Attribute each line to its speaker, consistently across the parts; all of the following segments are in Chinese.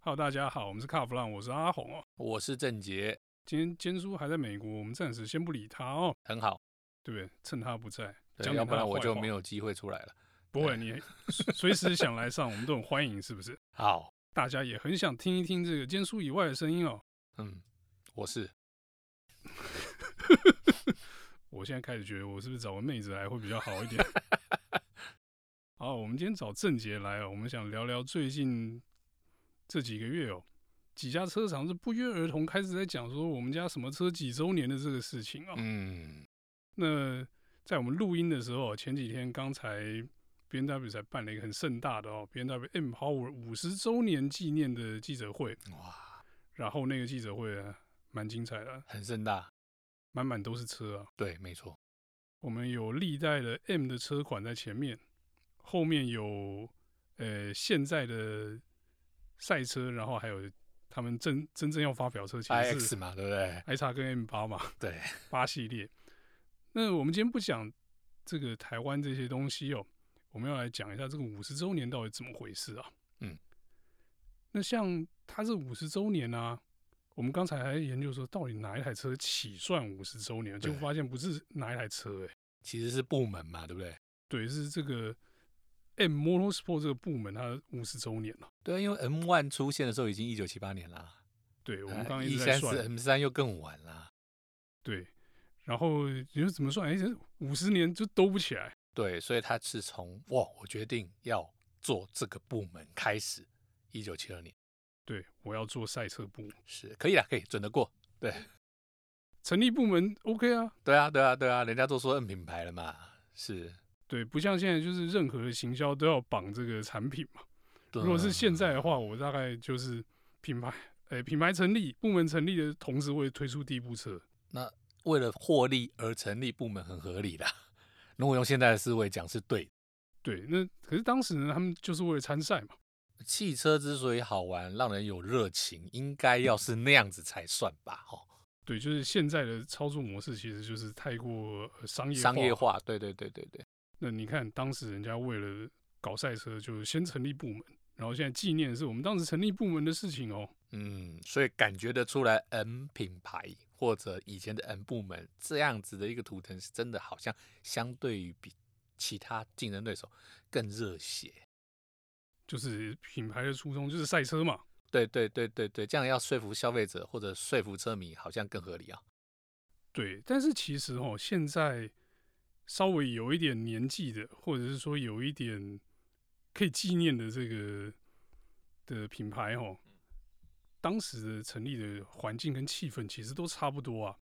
Speaker 1: Hello，大家好，我们是卡弗朗，我是阿红哦。
Speaker 2: 我是郑杰，
Speaker 1: 今天坚叔还在美国，我们暂时先不理他哦，
Speaker 2: 很好，
Speaker 1: 对不对？趁他不在，
Speaker 2: 对，
Speaker 1: 讲
Speaker 2: 要
Speaker 1: 点
Speaker 2: 不
Speaker 1: 他的
Speaker 2: 然我
Speaker 1: 坏
Speaker 2: 就
Speaker 1: 话
Speaker 2: 没有机会出来了。
Speaker 1: 不会，你随 时想来上，我们都很欢迎，是不是？
Speaker 2: 好，
Speaker 1: 大家也很想听一听这个坚叔以外的声音哦。
Speaker 2: 嗯，我是
Speaker 1: 我现在开始觉得，我是不是找个妹子来会比较好一 点？好，我们今天找郑杰来哦，我们想聊聊最近这几个月哦，几家车厂是不约而同开始在讲说我们家什么车几周年的这个事情哦。
Speaker 2: 嗯，
Speaker 1: 那在我们录音的时候，前几天刚才 B N W 才办了一个很盛大的哦，B N W M Power 五十周年纪念的记者会，
Speaker 2: 哇，
Speaker 1: 然后那个记者会啊，蛮精彩的，
Speaker 2: 很盛大，
Speaker 1: 满满都是车啊。
Speaker 2: 对，没错，
Speaker 1: 我们有历代的 M 的车款在前面，后面有呃现在的赛车，然后还有他们真真正要发表车，其实
Speaker 2: IX
Speaker 1: 是
Speaker 2: 嘛，对不对？
Speaker 1: i 叉跟 M 八嘛，
Speaker 2: 对，
Speaker 1: 八系列。那我们今天不讲这个台湾这些东西哦，我们要来讲一下这个五十周年到底怎么回事啊？
Speaker 2: 嗯，
Speaker 1: 那像它这五十周年啊，我们刚才还研究说到底哪一台车起算五十周年，结
Speaker 2: 对
Speaker 1: 果发现不是哪一台车、欸，
Speaker 2: 其实是部门嘛，对不对？
Speaker 1: 对，是这个 M Motorsport 这个部门它五十周年了。
Speaker 2: 对，因为 M One 出现的时候已经一九七八年啦，
Speaker 1: 对，我们
Speaker 2: 呃
Speaker 1: 刚刚一
Speaker 2: 一
Speaker 1: 直在
Speaker 2: 三四
Speaker 1: 算，
Speaker 2: M 三又更晚啦，
Speaker 1: 对，然后你说怎么算？哎，五十年就兜不起来。
Speaker 2: 对，所以他是从哇，我决定要做这个部门开始，一九七二年
Speaker 1: 对，我要做赛车部门，
Speaker 2: 是可以啦，可以准得过，对，
Speaker 1: 成立部门 OK 啊。
Speaker 2: 对啊，对啊，对啊，人家都说 N 品牌了嘛，是。
Speaker 1: 对，不像现在就是任何的行销都要绑这个产品嘛。
Speaker 2: 啊
Speaker 1: 如果是现在的话，我大概就是品牌，哎，品牌成立、部门成立的同时，我也推出第一部车。
Speaker 2: 为了获利而成立部门很合理的。如果用现在的思维讲是对的，
Speaker 1: 对，那可是当时呢，他们就是为了参赛嘛。
Speaker 2: 汽车之所以好玩，让人有热情，应该要是那样子才算吧？哦，
Speaker 1: 对，就是现在的操作模式其实就是太过呃商业
Speaker 2: 商业
Speaker 1: 化
Speaker 2: 化，对对对对对，
Speaker 1: 那你看，当时人家为了搞赛车，就先成立部门，然后现在纪念的是我们当时成立部门的事情哦。
Speaker 2: 嗯，所以感觉得出来，N 品牌或者以前的 N 部门这样子的一个图腾，是真的好像相对于比其他竞争对手更热血。
Speaker 1: 就是品牌的初衷就是赛车嘛。
Speaker 2: 对对对对对，这样要说服消费者或者说服车迷，好像更合理啊。
Speaker 1: 对，但是其实哦，现在稍微有一点年纪的，或者是说有一点可以纪念的这个的品牌哦，当时的成立的环境跟气氛其实都差不多啊。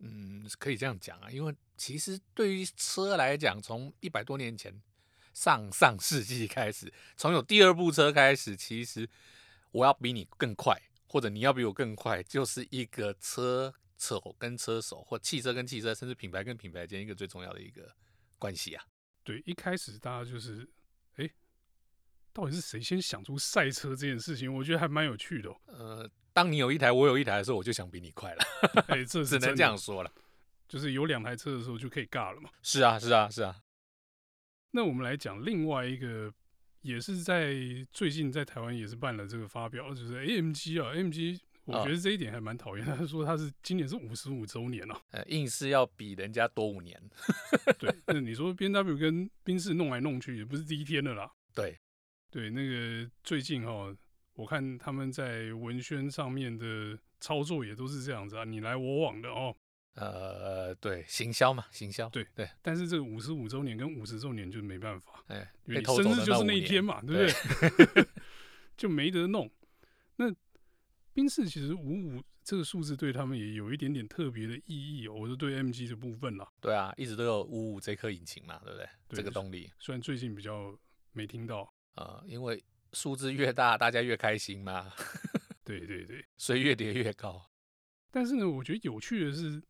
Speaker 2: 嗯，可以这样讲啊，因为其实对于车来讲，从一百多年前上上世纪开始，从有第二部车开始，其实我要比你更快，或者你要比我更快，就是一个车手跟车手，或汽车跟汽车，甚至品牌跟品牌间一个最重要的一个关系啊。。
Speaker 1: 对，一开始大家就是，哎、到底是谁先想出赛车这件事情？我觉得还蛮有趣的、哦
Speaker 2: 呃，当你有一台，我有一台的时候，我就想比你快了，
Speaker 1: 哎、这是
Speaker 2: 只能
Speaker 1: 真
Speaker 2: 这样
Speaker 1: 的，
Speaker 2: 说了。
Speaker 1: 就是有两台车的时候就可以尬了嘛。
Speaker 2: 是啊，是啊，是啊，
Speaker 1: 那我们来讲另外一个，也是在最近在台湾也是办了这个发表，就是 AMG 啊，AMG，我
Speaker 2: 啊
Speaker 1: 觉得这一点还蛮讨厌。他说他是今年是五十五周年啊，
Speaker 2: 呃，硬是要比人家多五年。
Speaker 1: 对。那你说 B N W 跟宾士弄来弄去也不是第一天了啦。
Speaker 2: 对，
Speaker 1: 对，那个最近哈，我看他们在文宣上面的操作也都是这样子啊，你来我往的哦。
Speaker 2: 呃，对，行销嘛，行销，
Speaker 1: 对
Speaker 2: 对，
Speaker 1: 但是这个五十五周年跟五十周年就没办法，
Speaker 2: 哎，
Speaker 1: 因
Speaker 2: 被
Speaker 1: 为你
Speaker 2: 偷
Speaker 1: 生
Speaker 2: 走
Speaker 1: 日
Speaker 2: 的
Speaker 1: 就是
Speaker 2: 五
Speaker 1: 那一
Speaker 2: 年
Speaker 1: 天嘛，对不对？ 就没得弄。那宾士其实五五这个数字对他们也有一点点特别的意义哦，我是对 MG 的部分啦，
Speaker 2: 对啊，一直都有五五这颗引擎嘛，对不对？
Speaker 1: 对
Speaker 2: 这个动力，
Speaker 1: 虽然最近比较没听到。
Speaker 2: 呃，因为数字越大，大家越开心嘛，
Speaker 1: 对对对，
Speaker 2: 所以越叠越高。
Speaker 1: 但是呢，我觉得有趣的是，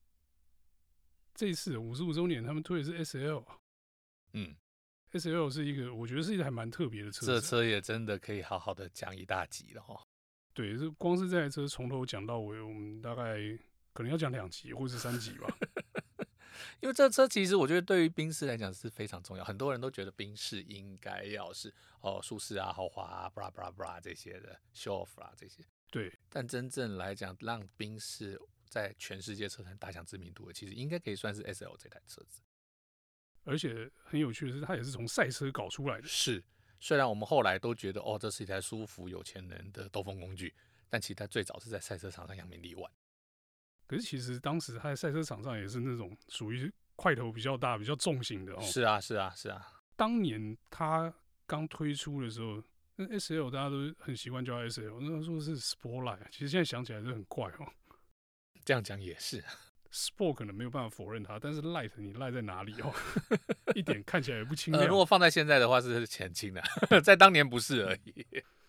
Speaker 1: 这次五十五周年他们推的是 SL 啊。
Speaker 2: 嗯，
Speaker 1: SL 是一个，我觉得是一台蛮特别的车子。啊
Speaker 2: 这车也真的可以好好的讲一大集了哦哈。
Speaker 1: 对，这光是 这台车从头讲到尾，我们大概可能要讲两集或是三集吧。
Speaker 2: 因为这车其实我觉得对于宾士来讲是非常重要，很多人都觉得宾士应该要是哦舒适啊、豪华啊、bra bra bra 这些的 show off 啊这些，
Speaker 1: 对，
Speaker 2: 但真正来讲，让宾士在全世界车坛打响知名度的，其实应该可以算是 S L 这台车子。
Speaker 1: 而且很有趣的是，它也是从赛车搞出来的。
Speaker 2: 是，虽然我们后来都觉得哦，这是一台舒服有钱人的兜风工具，但其实它最早是在赛车场上扬名立万。
Speaker 1: 可是其实当时它在赛车场上也是那种属于块头比较大、比较重型的哦。
Speaker 2: 是啊，是啊，是啊，
Speaker 1: 当年它刚推出的时候，那 S L 大家都很习惯叫它 S L，那时候是 Sportline，其实现在想起来是很怪哦。
Speaker 2: 这样讲也是。
Speaker 1: Sport 可能没有办法否认它，但是 Light 你 Light 在哪里哦？ 一点看起来也不清
Speaker 2: 呃，
Speaker 1: 亮。
Speaker 2: 如果放在现在的话是前清的、 在当年不是而已。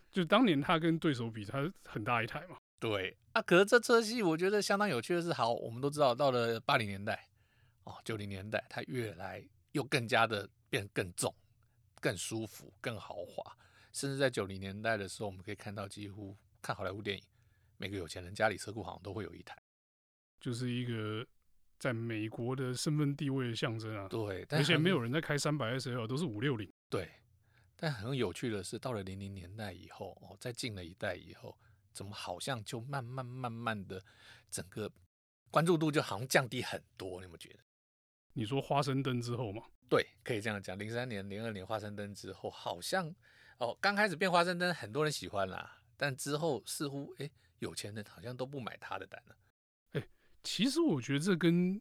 Speaker 1: 就当年它跟对手比，它很大一台嘛。
Speaker 2: 对啊，可是这车系我觉得相当有趣的是，好，我们都知道到了八零年代，哦，九零年代，它越来又更加的变更重、更舒服、更豪华，甚至在九零年代的时候，我们可以看到几乎看好莱坞电影，每个有钱人家里车库好像都会有一台。
Speaker 1: 就是一个在美国的身份地位的象征啊。
Speaker 2: 对，但
Speaker 1: 而且
Speaker 2: 很
Speaker 1: 没有人在开三百 SL，都是五六零。
Speaker 2: 对，但很有趣的是，到了零零年代以后，哦，在进了一代以后，怎么好像就慢慢慢慢的整个关注度就好像降低很多，你有没有觉得？
Speaker 1: 你说花生灯之后嘛，
Speaker 2: 对，可以这样讲。零三年、零二年花生灯之后，好像哦，刚开始变花生灯，很多人喜欢啦，但之后似乎哎，有钱人好像都不买他的单了。
Speaker 1: 其实我觉得这跟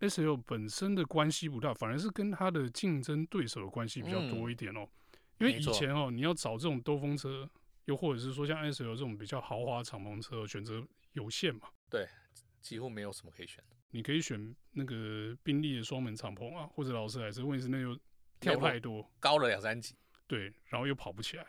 Speaker 1: SL 本身的关系不大，反而是跟它的竞争对手的关系比较多一点哦。因为
Speaker 2: 嗯没
Speaker 1: 以
Speaker 2: 错
Speaker 1: 前哦，你要找这种兜风车，又或者是说像 SL 这种比较豪华敞篷车，哦选择有限嘛。
Speaker 2: 几乎没有什么可以选，
Speaker 1: 你可以选那个宾利的双门敞篷啊，或者劳斯莱斯。问题是那又跳
Speaker 2: Level
Speaker 1: 太多，
Speaker 2: 高了两三级。
Speaker 1: 对，然后又跑不起来。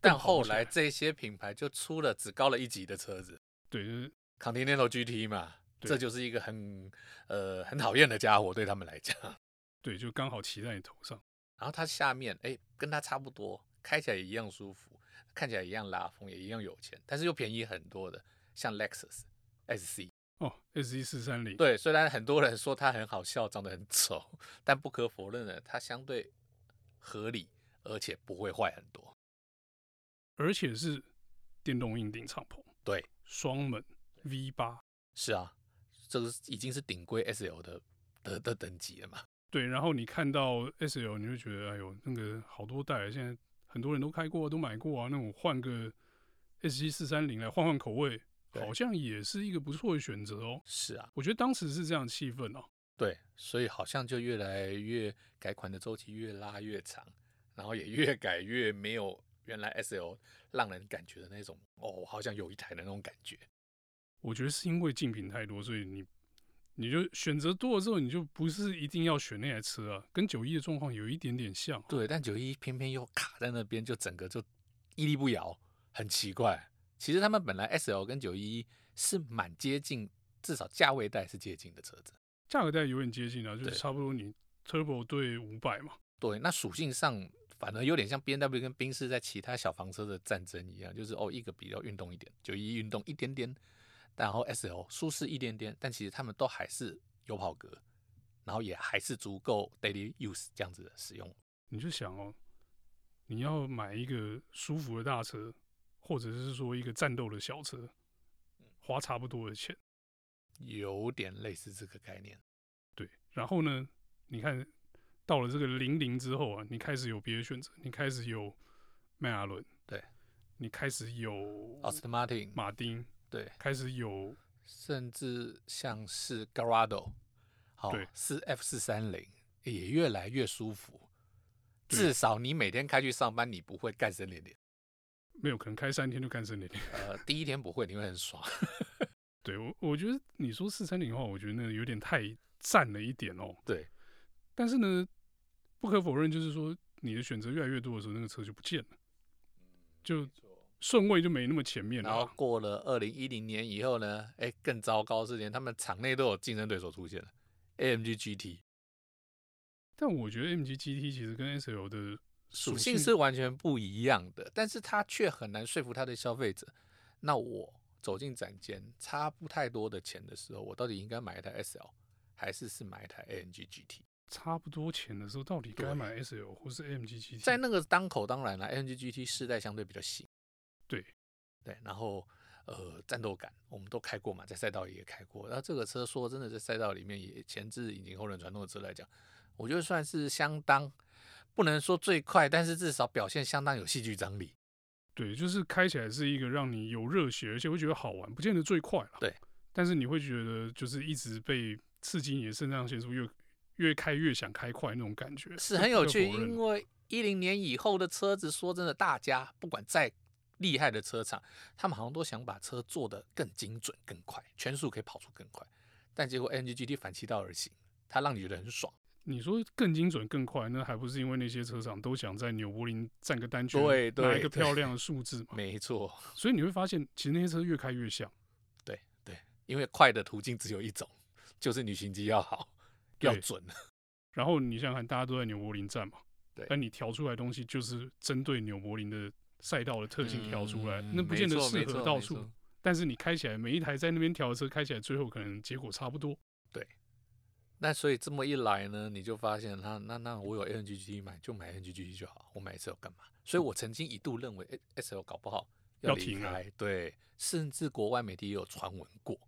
Speaker 2: 但
Speaker 1: 更跑不
Speaker 2: 后
Speaker 1: 起
Speaker 2: 来这些品牌就出了只高了一级的车子
Speaker 1: 对，就是
Speaker 2: ，Continental GT 嘛，
Speaker 1: 对
Speaker 2: 这就是一个很呃很讨厌的家伙，对他们来讲。
Speaker 1: 对，就刚好骑在你头上。
Speaker 2: 然后它下面哎跟它差不多，开起来也一样舒服，看起来一样拉风，也一样有钱，但是又便宜很多的，像 Lexus SC。
Speaker 1: 哦，S E 四三零，
Speaker 2: 对，虽然很多人说它很好笑，长得很丑，但不可否认的，它相对合理，而且不会坏很多。
Speaker 1: 而且是电动硬顶敞篷，
Speaker 2: 对，
Speaker 1: 双门 V 八，
Speaker 2: 是啊，这个是已经是顶规 SL 的的的等级了嘛。
Speaker 1: 对，然后你看到 S L，你就觉得哎呦，那个好多代了，啊现在很多人都开过啊，都买过啊，那我换个 S E 四三零来换换口味，
Speaker 2: 对
Speaker 1: 好像也是一个不错的选择哦。
Speaker 2: 是啊，
Speaker 1: 我觉得当时是这样的气氛哦，
Speaker 2: 对，所以好像就越来越改款的周期越拉越长，然后也越改越没有原来 SL 让人感觉的那种哦，我好像有一台的那种感觉。
Speaker 1: 我觉得是因为竞品太多，所以你你就选择多了之后，你就不是一定要选那台车啊，跟九一的状况有一点点像。哦
Speaker 2: 对，但九一偏偏又卡在那边，就整个就屹立不摇，很奇怪。其实他们本来 S L 跟九一是蛮接近，至少价位带是接近的车子。
Speaker 1: 价格带有点接近啊，就是
Speaker 2: 对
Speaker 1: 差不多你 Turbo 对五百嘛，
Speaker 2: 对，那属性上反而有点像 B N W 跟宾士在其他小房车的战争一样，就是哦，一个比较运动一点，九一运动一点点，然后 S L 舒适一点点，但其实他们都还是有跑格，然后也还是足够 daily use 这样子的使用。
Speaker 1: 你就想哦，你要买一个舒服的大车，或者是说一个战斗的小车，花差不多的钱，
Speaker 2: 有点类似这个概念，
Speaker 1: 对。然后呢，你看到了这个零零之后啊，你开始有别的选择，你开始有迈阿伦，
Speaker 2: 对，
Speaker 1: 你开始有
Speaker 2: Austin Martin，
Speaker 1: 马丁，
Speaker 2: 对，
Speaker 1: 开始有
Speaker 2: 甚至像是 Garado，好、
Speaker 1: 对
Speaker 2: 四 F 四三零也越来越舒服，
Speaker 1: 对
Speaker 2: 至少你每天开去上班，你不会干生连连。
Speaker 1: 没有可能开三天就干成你。
Speaker 2: 呃，第一天不会，你会很爽。
Speaker 1: 对我，我觉得你说四三零的话，我觉得那个有点太占了一点哦。
Speaker 2: 对，
Speaker 1: 但是呢，不可否认，就是说你的选择越来越多的时候，那个车就不见了，就顺位就没那么前面了
Speaker 2: 嗯然后
Speaker 1: 啊。
Speaker 2: 过了二零一零年以后呢，哎，更糟糕是连他们场内都有竞争对手出现了，AMG GT
Speaker 1: 但我觉得 MG GT 其实跟 SL 的
Speaker 2: 属
Speaker 1: 属
Speaker 2: 性是完全不一样的，但是它却很难说服它的消费者。那我走进展间，差不太多的钱的时候，我到底应该买一台 SL 还是是买一台 AMG GT。
Speaker 1: 差不多钱的时候，到底该买 S L 或是 M G G
Speaker 2: 在那个当口，当然了，AMG GT 世代相对比较新，
Speaker 1: 对
Speaker 2: 对，然后呃，战斗感我们都开过嘛，在赛道里也开过。那这个车说真的，在赛道里面也前置引擎后轮传动的车来讲，我觉得算是相当，不能说最快，但是至少表现相当有戏剧张力。
Speaker 1: 对，就是开起来是一个让你有热血，而且会觉得好玩，不见得最快了。
Speaker 2: 对，
Speaker 1: 但是你会觉得就是一直被刺激你的肾上腺素越越开越想开快那种感觉，
Speaker 2: 是
Speaker 1: 这
Speaker 2: 很
Speaker 1: 不
Speaker 2: 有
Speaker 1: 可
Speaker 2: 趣，
Speaker 1: 否认
Speaker 2: 因
Speaker 1: 的
Speaker 2: 为一零年以后的车子，说真的，大家不管再厉害的车厂，他们好像都想把车做得更精准、更快，圈数可以跑出更快。但结果 NG GT 反其道而行，它让你觉得很爽。
Speaker 1: 你说更精准、更快，那还不是因为那些车厂都想在纽柏林占个单圈，
Speaker 2: 对
Speaker 1: 拿
Speaker 2: 对
Speaker 1: 一个
Speaker 2: 对
Speaker 1: 漂 亮的数字嘛？
Speaker 2: 没错，
Speaker 1: 所以你会发现，其实那些车越开越像。
Speaker 2: 对对，因为快的途径只有一种，就是你行机要好，要
Speaker 1: 对
Speaker 2: 准。
Speaker 1: 然后你想想看，大家都在纽柏林站嘛，
Speaker 2: 对
Speaker 1: 但你调出来的东西就是针对纽柏林的赛道的特性调出来，
Speaker 2: 嗯
Speaker 1: 那不见得
Speaker 2: 没错
Speaker 1: 适
Speaker 2: 没
Speaker 1: 合
Speaker 2: 错
Speaker 1: 到
Speaker 2: 没
Speaker 1: 处
Speaker 2: 错。
Speaker 1: 但是你开起来，每一台在那边调的车开起来，最后可能结果差不多。
Speaker 2: 那所以这么一来呢，你就发现那那那我有 NG GT 买就买 NG GT 就好，我买 SL 干嘛？所以我曾经一度认为 SL 搞不好
Speaker 1: 嗯要
Speaker 2: 离
Speaker 1: 停了
Speaker 2: 开，对，甚至国外媒体也有传闻过，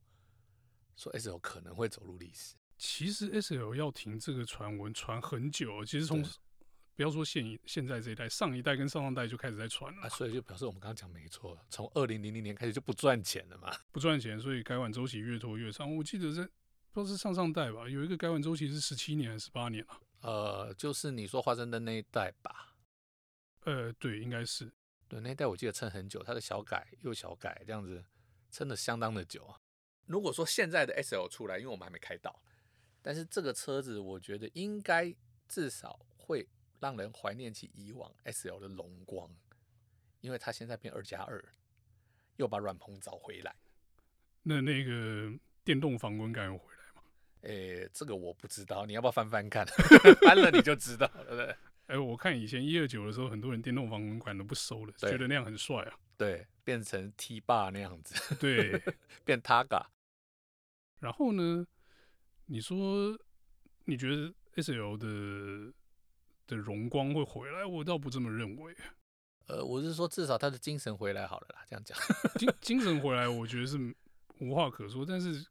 Speaker 2: 说 SL 可能会走入历史。
Speaker 1: 其实 S L 要停这个传闻传很久了，其实从
Speaker 2: 对
Speaker 1: 不要说现一现在这一代，上一代跟上上代就开始在传了
Speaker 2: 啊，。所以就表示我们刚刚讲没错，从二零零零年开始就不赚钱了嘛。
Speaker 1: 不赚钱，所以改碗周期越拖越长。我记得在不知道是上上代吧，有一个改碗周期是十七年还是十八年啊？
Speaker 2: 呃，就是你说花生灯那一代吧，
Speaker 1: 呃，对，应该是。
Speaker 2: 对，那一代我记得撑很久，它的小改又小改，这样子撑的相当的久啊。如果说现在的 S L 出来，因为我们还没开到，但是这个车子我觉得应该至少会让人怀念起以往 S L 的荣光，因为它现在变二加二，又把软棚找回来。
Speaker 1: 那那个电动防滚杆有回来吗？
Speaker 2: 诶，这个我不知道，你要不要翻翻看？ 翻了你就知道了，对不对？
Speaker 1: 哎、我看以前一二九的时候，很多人电动防滚杆都不收了，
Speaker 2: 对
Speaker 1: 觉得那样很帅啊。
Speaker 2: 对，变成 T 霸那样子，
Speaker 1: 对，
Speaker 2: 变 Taga。
Speaker 1: 然后呢，你说你觉得 S L 的的荣光会回来？我倒不这么认为，
Speaker 2: 呃，我是说至少他的精神回来好了啦，这样讲。
Speaker 1: 精精神回来，我觉得是无话可说。但是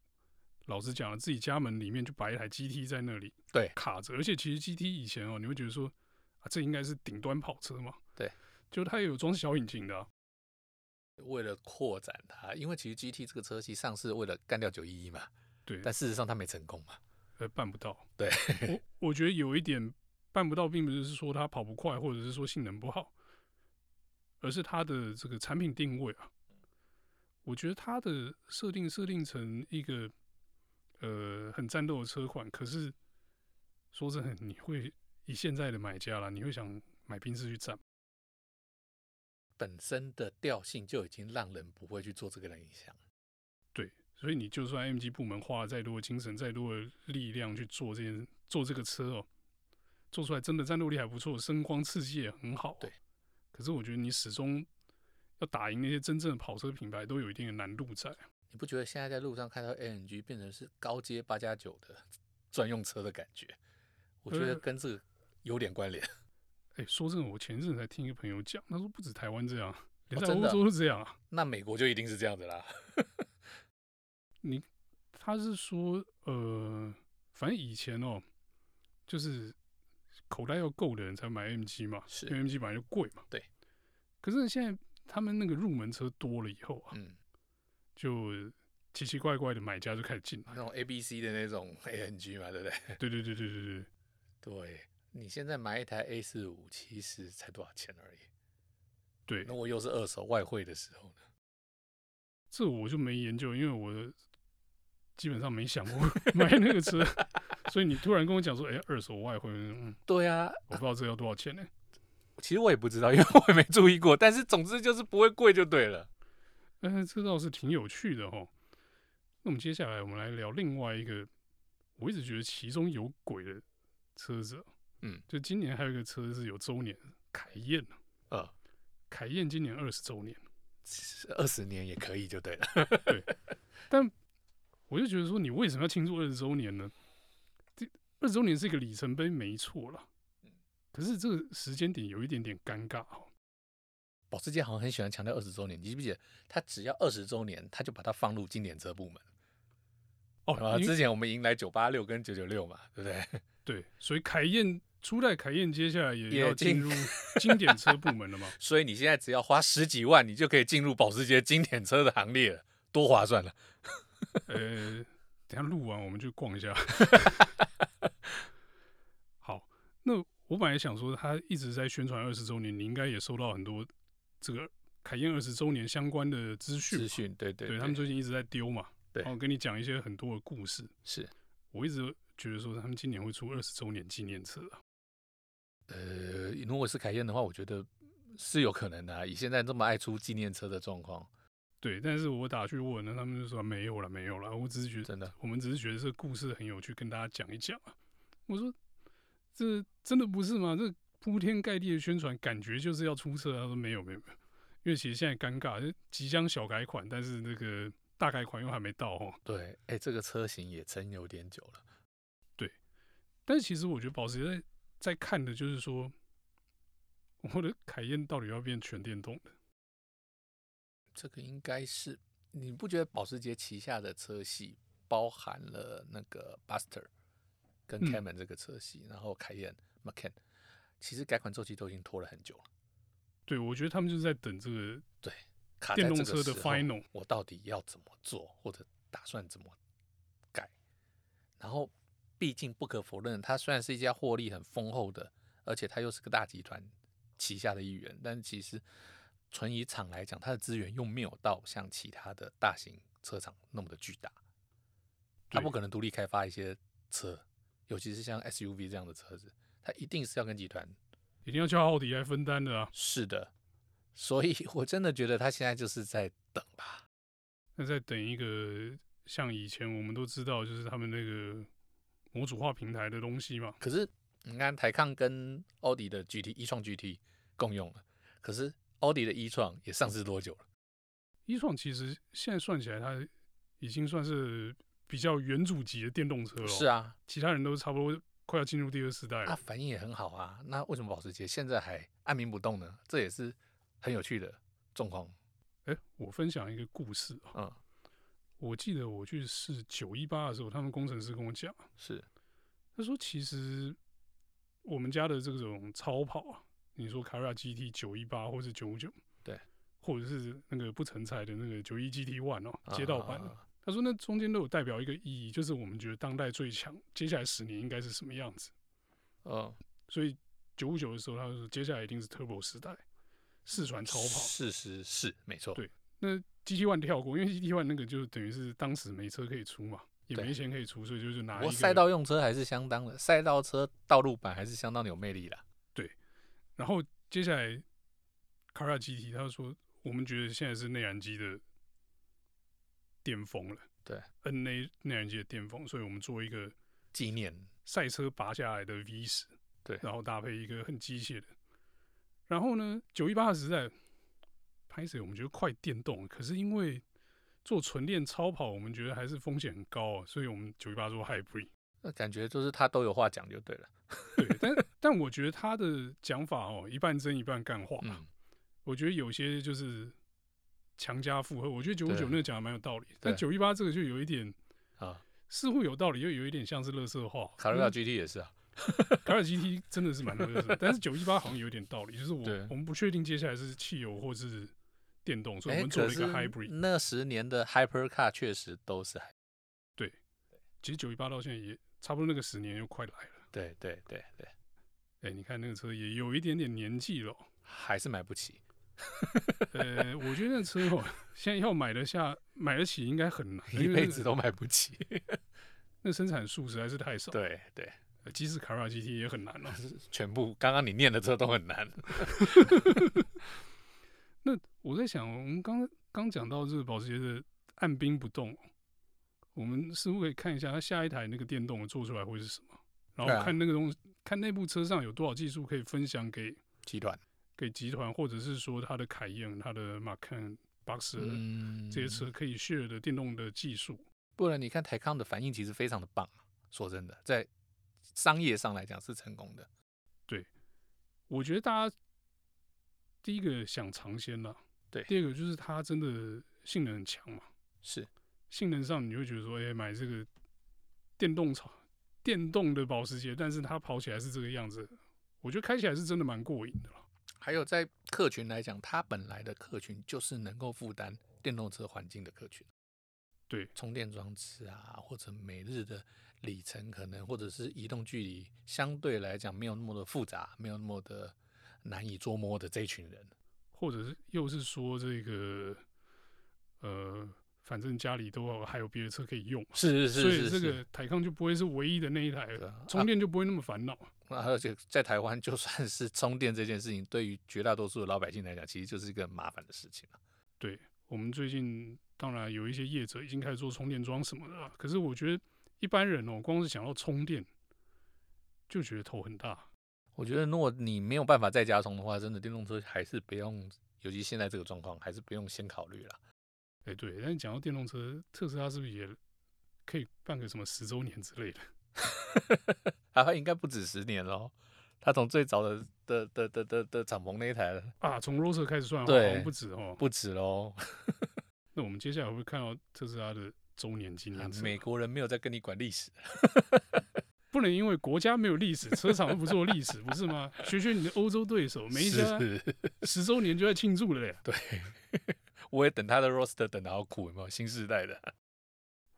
Speaker 1: 老实讲了，自己家门里面就摆一台 GT 在那里，
Speaker 2: 对
Speaker 1: 卡着。而且其实 GT 以前哦，你会觉得说啊，这应该是顶端跑车嘛，
Speaker 2: 对，
Speaker 1: 就它也有装小引擎的啊、
Speaker 2: 为了扩展它，因为其实 GT 这个车系上市为了干掉九一一嘛，
Speaker 1: 对，
Speaker 2: 但事实上它没成功嘛。
Speaker 1: 呃，办不到。
Speaker 2: 对，
Speaker 1: 我我觉得有一点办不到，并不是说它跑不快，或者是说性能不好，而是它的这个产品定位啊，我觉得它的设定设定成一个呃很战斗的车款，可是说真的，你会以现在的买家啦，你会想买宾士去战，
Speaker 2: 本身的调性就已经让人不会去做这个的影响。
Speaker 1: 所以你就算 MG 部门花了再多的精神、再多的力量去做这件做这个车哦，做出来真的战斗力还不错，声光刺激也很好、哦
Speaker 2: 对，
Speaker 1: 可是我觉得你始终要打赢那些真正的跑车品牌，都有一定的难度在。
Speaker 2: 你不觉得现在在路上看到 AMG 变成是高阶八加九的专用车的感觉？我觉得
Speaker 1: 嗯
Speaker 2: 跟这个有点关联。
Speaker 1: 哎，说真的，我前阵才听一个朋友讲，他说不止台湾这样，连
Speaker 2: 哦
Speaker 1: 在
Speaker 2: 真
Speaker 1: 欧
Speaker 2: 的啊
Speaker 1: 洲都这样啊。
Speaker 2: 那美国就一定是这样子啦。
Speaker 1: 他是说，呃，反正以前哦，就是口袋要够的人才买 MG 嘛，
Speaker 2: 是
Speaker 1: 因为 MG 本来就贵嘛。
Speaker 2: 对。
Speaker 1: 可是现在他们那个入门车多了以后啊，
Speaker 2: 嗯，
Speaker 1: 就奇奇怪怪的买家就开始进
Speaker 2: 那
Speaker 1: 来。
Speaker 2: 种 ABC 的那种 AMG 嘛，对不对？
Speaker 1: 对对对对对对，
Speaker 2: 对你现在买一台 A 四五，其实才多少钱而已。
Speaker 1: 对
Speaker 2: 那我又是二手外汇的时候呢？
Speaker 1: 这我就没研究，因为我基本上没想过 买那个车，所以你突然跟我讲说，哎、二手外汇，嗯，
Speaker 2: 对啊，
Speaker 1: 我不知道这要多少钱呢、
Speaker 2: 其实我也不知道， 因为我也没注意过。但是总之就是不会贵就对了。
Speaker 1: 但是这倒是挺有趣的哦。那我们接下来我们来聊另外一个，我一直觉得其中有鬼的车子哦，
Speaker 2: 嗯
Speaker 1: 就今年还有一个车是有周年，凯宴啊，
Speaker 2: 呃，
Speaker 1: 凯宴今年二十周年，
Speaker 2: 二十年也可以就对了。
Speaker 1: 但我就觉得说，你为什么要庆祝二十周年呢？二十周年是一个里程碑，没错啦。
Speaker 2: 嗯
Speaker 1: 可是这个时间点有一点点尴尬哦。
Speaker 2: 保时捷好像很喜欢强调二十周年，你记不记得？他只要二十周年，他就把它放入经典车部门。
Speaker 1: 哦，
Speaker 2: 啊，
Speaker 1: 因为
Speaker 2: 之前我们迎来九八六跟九九六嘛，对不对？
Speaker 1: 对，所以凯宴初代凯宴接下来也
Speaker 2: 也
Speaker 1: 要
Speaker 2: 进
Speaker 1: 进入经典车部门了嘛？
Speaker 2: 所以你现在只要花十几万，你就可以进入保时捷经典车的行列了，多划算了！
Speaker 1: 呃，等一下录完我们去逛一 下。好，那我本来想说，他一直在宣传二十周年，你应该也收到很多这个凯宴二十周年相关的资讯嘛
Speaker 2: 资。讯，对对
Speaker 1: 对他们最近一直在丢嘛，
Speaker 2: 对
Speaker 1: 然后跟你讲一些很多的故事。
Speaker 2: 是
Speaker 1: 我一直觉得说他们今年会出二十周年纪念册啊，
Speaker 2: 呃，如果是凯宴的话，我觉得是有可能的、啊。以现在这么爱出纪念车的状况，
Speaker 1: 对，但是我打去问了，他们就说没有了，没有了。我只是觉得，
Speaker 2: 真的
Speaker 1: 我们只是觉得这个故事很有趣，跟大家讲一讲啊。我说这真的不是吗？这铺天盖地的宣传，感觉就是要出车啊。他说没有，没有，没有，因为其实现在尴尬，就即将小改款，但是那个大改款又还没到哦。
Speaker 2: 对，哎、这个车型也真有点久了。
Speaker 1: 但是其实我觉得保时捷在在看的就是说，我的凯宴到底要变全电动的？
Speaker 2: 这个应该是你不觉得保时捷旗下的车系包含了那个 Buster 跟
Speaker 1: 嗯
Speaker 2: Cayman 这个车系，然后凯宴 Macan，其实改款周期都已经拖了很久了，
Speaker 1: 对，我觉得他们就是在等这个
Speaker 2: 卡在
Speaker 1: 电
Speaker 2: 这
Speaker 1: 动
Speaker 2: 个
Speaker 1: 车的
Speaker 2: 时候
Speaker 1: final
Speaker 2: 我到底要怎么做，或者打算怎么改？然后，毕竟不可否认，它虽然是一家获利很丰厚的，而且它又是个大集团旗下的一员，但其实纯以厂来讲，它的资源又没有到像其他的大型车厂那么的巨大，它
Speaker 1: 对
Speaker 2: 不可能独立开发一些车，尤其是像 SUV 这样的车子，它一定是要跟集团
Speaker 1: 一定要叫奥迪来分担的啊。
Speaker 2: 是的。所以我真的觉得它现在就是在等吧。
Speaker 1: 那在等一个像以前我们都知道，就是他们那个模组化平台的东西嘛。
Speaker 2: 可是你看，台抗跟奥迪的 GT 一创 GT 共用了，可是奥迪的一创也上市多久了？
Speaker 1: 一创其实现在算起来，它已经算是比较原主级的电动车了。哦
Speaker 2: 是，啊，
Speaker 1: 其他人都差不多快要进入第二世代了。
Speaker 2: 啊，反应也很好啊。那为什么保时捷现在还按兵不动呢？这也是很有趣的状况。
Speaker 1: 哎、我分享一个故事啊。
Speaker 2: 嗯，
Speaker 1: 我记得我去试九一八的时候，他们工程师跟我讲，
Speaker 2: 是
Speaker 1: 他说其实我们家的这种超跑啊，你说卡 a GT 九一八或是九五九，
Speaker 2: 对，
Speaker 1: 或者是那个不成才的那个九一 GT One 哦，街道版的。
Speaker 2: 啊
Speaker 1: 他说那中间都有代表一个意义，就是我们觉得当代最强，接下来十年应该是什么样子。
Speaker 2: 嗯，
Speaker 1: 所以九五九的时候，他就说接下来一定是 Turbo 时代，四传超跑。
Speaker 2: 事实嗯是没错。
Speaker 1: 对那 GT One 跳过，因为 GT One 那个就等于是当时没车可以出嘛，也
Speaker 2: 对
Speaker 1: 没钱可以出，所以就是拿一
Speaker 2: 我
Speaker 1: 个
Speaker 2: 赛道用车还是相当的，赛道车道路版还是相当的有魅力啦。
Speaker 1: 然后接下来 c a r a GT 他说，我们觉得现在是内燃机的巅峰了，
Speaker 2: 对
Speaker 1: ，NA 内燃机的巅峰，所以我们做一个
Speaker 2: 纪念
Speaker 1: 赛车拔下来的 V 十，
Speaker 2: 对
Speaker 1: 然后搭配一个很机械的，然后呢，九一八时代拍摄我们觉得快电动，可是因为做纯电超跑，我们觉得还是风险很高、啊，所以我们九一八做 Hybrid。
Speaker 2: 那呃感觉就是他都有话讲就对了。
Speaker 1: 对， 但但我觉得他的讲法哦，一半真一半干话。
Speaker 2: 嗯，
Speaker 1: 我觉得有些就是强加附和。我觉得九五
Speaker 2: 对
Speaker 1: 九那个讲的蛮有道理，但九一八这个就有一点
Speaker 2: 啊，
Speaker 1: 似乎有道理，又有一点像是乐色化。
Speaker 2: 卡罗拉 GT 也是啊。
Speaker 1: 卡尔 GT 真的是蛮乐色，但是九一八好像有点道理，就是我
Speaker 2: 对
Speaker 1: 我们不确定接下来是汽油或是电动，所以
Speaker 2: 哎，
Speaker 1: 我们做
Speaker 2: 可
Speaker 1: 了一个
Speaker 2: 是
Speaker 1: hybrid。
Speaker 2: 那十年的 hypercar 确实都是 hy-
Speaker 1: 其实九一八到现在也差不多那个十年又快来了，
Speaker 2: 对对对对，
Speaker 1: 哎，你看那个车也有一点点年纪了哦。
Speaker 2: 还是买不起。
Speaker 1: 呃，我觉得那车哦，现在要买得下、买得起应该很难，
Speaker 2: 一
Speaker 1: 因为
Speaker 2: 辈
Speaker 1: 那
Speaker 2: 子都买 不起。
Speaker 1: 那生产数实在是太少，
Speaker 2: 对对，
Speaker 1: 呃即使卡拉 GT 也很难哦了、
Speaker 2: 全部刚刚你念的这都很难。
Speaker 1: 那我在想，我们刚刚讲到这个保时捷的按兵不动，我们似乎可以看一下它下一台那个电动的做出来会是什么，然
Speaker 2: 对啊
Speaker 1: 后看那个东西，看那部车上有多少技术可以分享给
Speaker 2: 集团，
Speaker 1: 给集团，或者是说它的凯宴、它的马看、巴士
Speaker 2: 嗯
Speaker 1: 这些车可以 share 的电动的技术。
Speaker 2: 不然你看台康的反应其实非常的棒啊。说真的，在商业上来讲是成功的。
Speaker 1: 我觉得大家第一个想尝鲜啦，
Speaker 2: 对
Speaker 1: 第二个就是它真的性能很强嘛，
Speaker 2: 是，
Speaker 1: 性能上你会觉得说，哎、买这个电动车、电动的保时捷，但是它跑起来是这个样子，我觉得开起来是真的蛮过瘾的啦。
Speaker 2: 还有在客群来讲，它本来的客群就是能够负担电动车环境的客群，
Speaker 1: 对，
Speaker 2: 充电装置啊，或者每日的里程可能，或者是移动距离，相对来讲没有那么的复杂，没有那么的难以捉摸的这一群人。
Speaker 1: 或者是又是说这个，呃，反正家里都还有别的车可以用嘛，
Speaker 2: 是是是是
Speaker 1: 所以这
Speaker 2: 是
Speaker 1: 个台康就不会是唯一的那一台了，
Speaker 2: 对啊
Speaker 1: 充电就不会那么烦恼。
Speaker 2: 那 而且在台湾，就算是充电这件事情，对于绝大多数的老百姓来讲，其实就是一个麻烦的事情啊。
Speaker 1: 我们最近当然有一些业者已经开始做充电桩什么的了，可是我觉得一般人哦，光是想要充电就觉得头很大。
Speaker 2: 我觉得，如果你没有办法在家充的话，真的电动车还是不用，尤其现在这个状况，还是不用先考虑啦。
Speaker 1: 哎，对，但是讲到电动车，特斯拉是不是也可以办个什么十周年之类的？
Speaker 2: 台湾应该不止十年喽，它从最早的的的的的的敞篷那一台
Speaker 1: 啊，从 r o s e 开始算的话，
Speaker 2: 对
Speaker 1: 好像不止哦。
Speaker 2: 不止喽。
Speaker 1: 那我们接下来会不会看到特斯拉的周年纪念册？
Speaker 2: 美国啊人没有在跟你管历史，
Speaker 1: 不能因为国家没有历史，车厂又不做历史，不是吗？学学你的欧洲对手，每一家
Speaker 2: 是
Speaker 1: 十周年就在庆祝了嘞。
Speaker 2: 对。我也等他的 roster 等的好苦，有没有新时代的？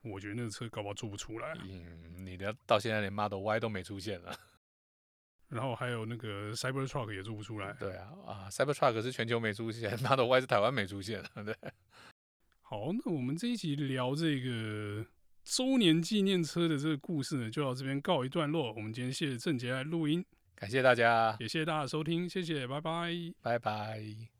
Speaker 1: 我觉得那个车搞不好做不出来啊。
Speaker 2: 嗯，你的到现在连 Model Y 都没出现了。
Speaker 1: 然后还有那个 Cybertruck 也做不出来。
Speaker 2: 对啊，啊，Cybertruck 是全球没出现，Model Y 是台湾没出现，对，
Speaker 1: 好，那我们这一集聊这个周年纪念车的这个故事呢，就到这边告一段落。我们今天谢谢郑杰来录音，
Speaker 2: 感谢大家，
Speaker 1: 也谢谢大家的收听，谢谢，拜拜。
Speaker 2: 拜拜。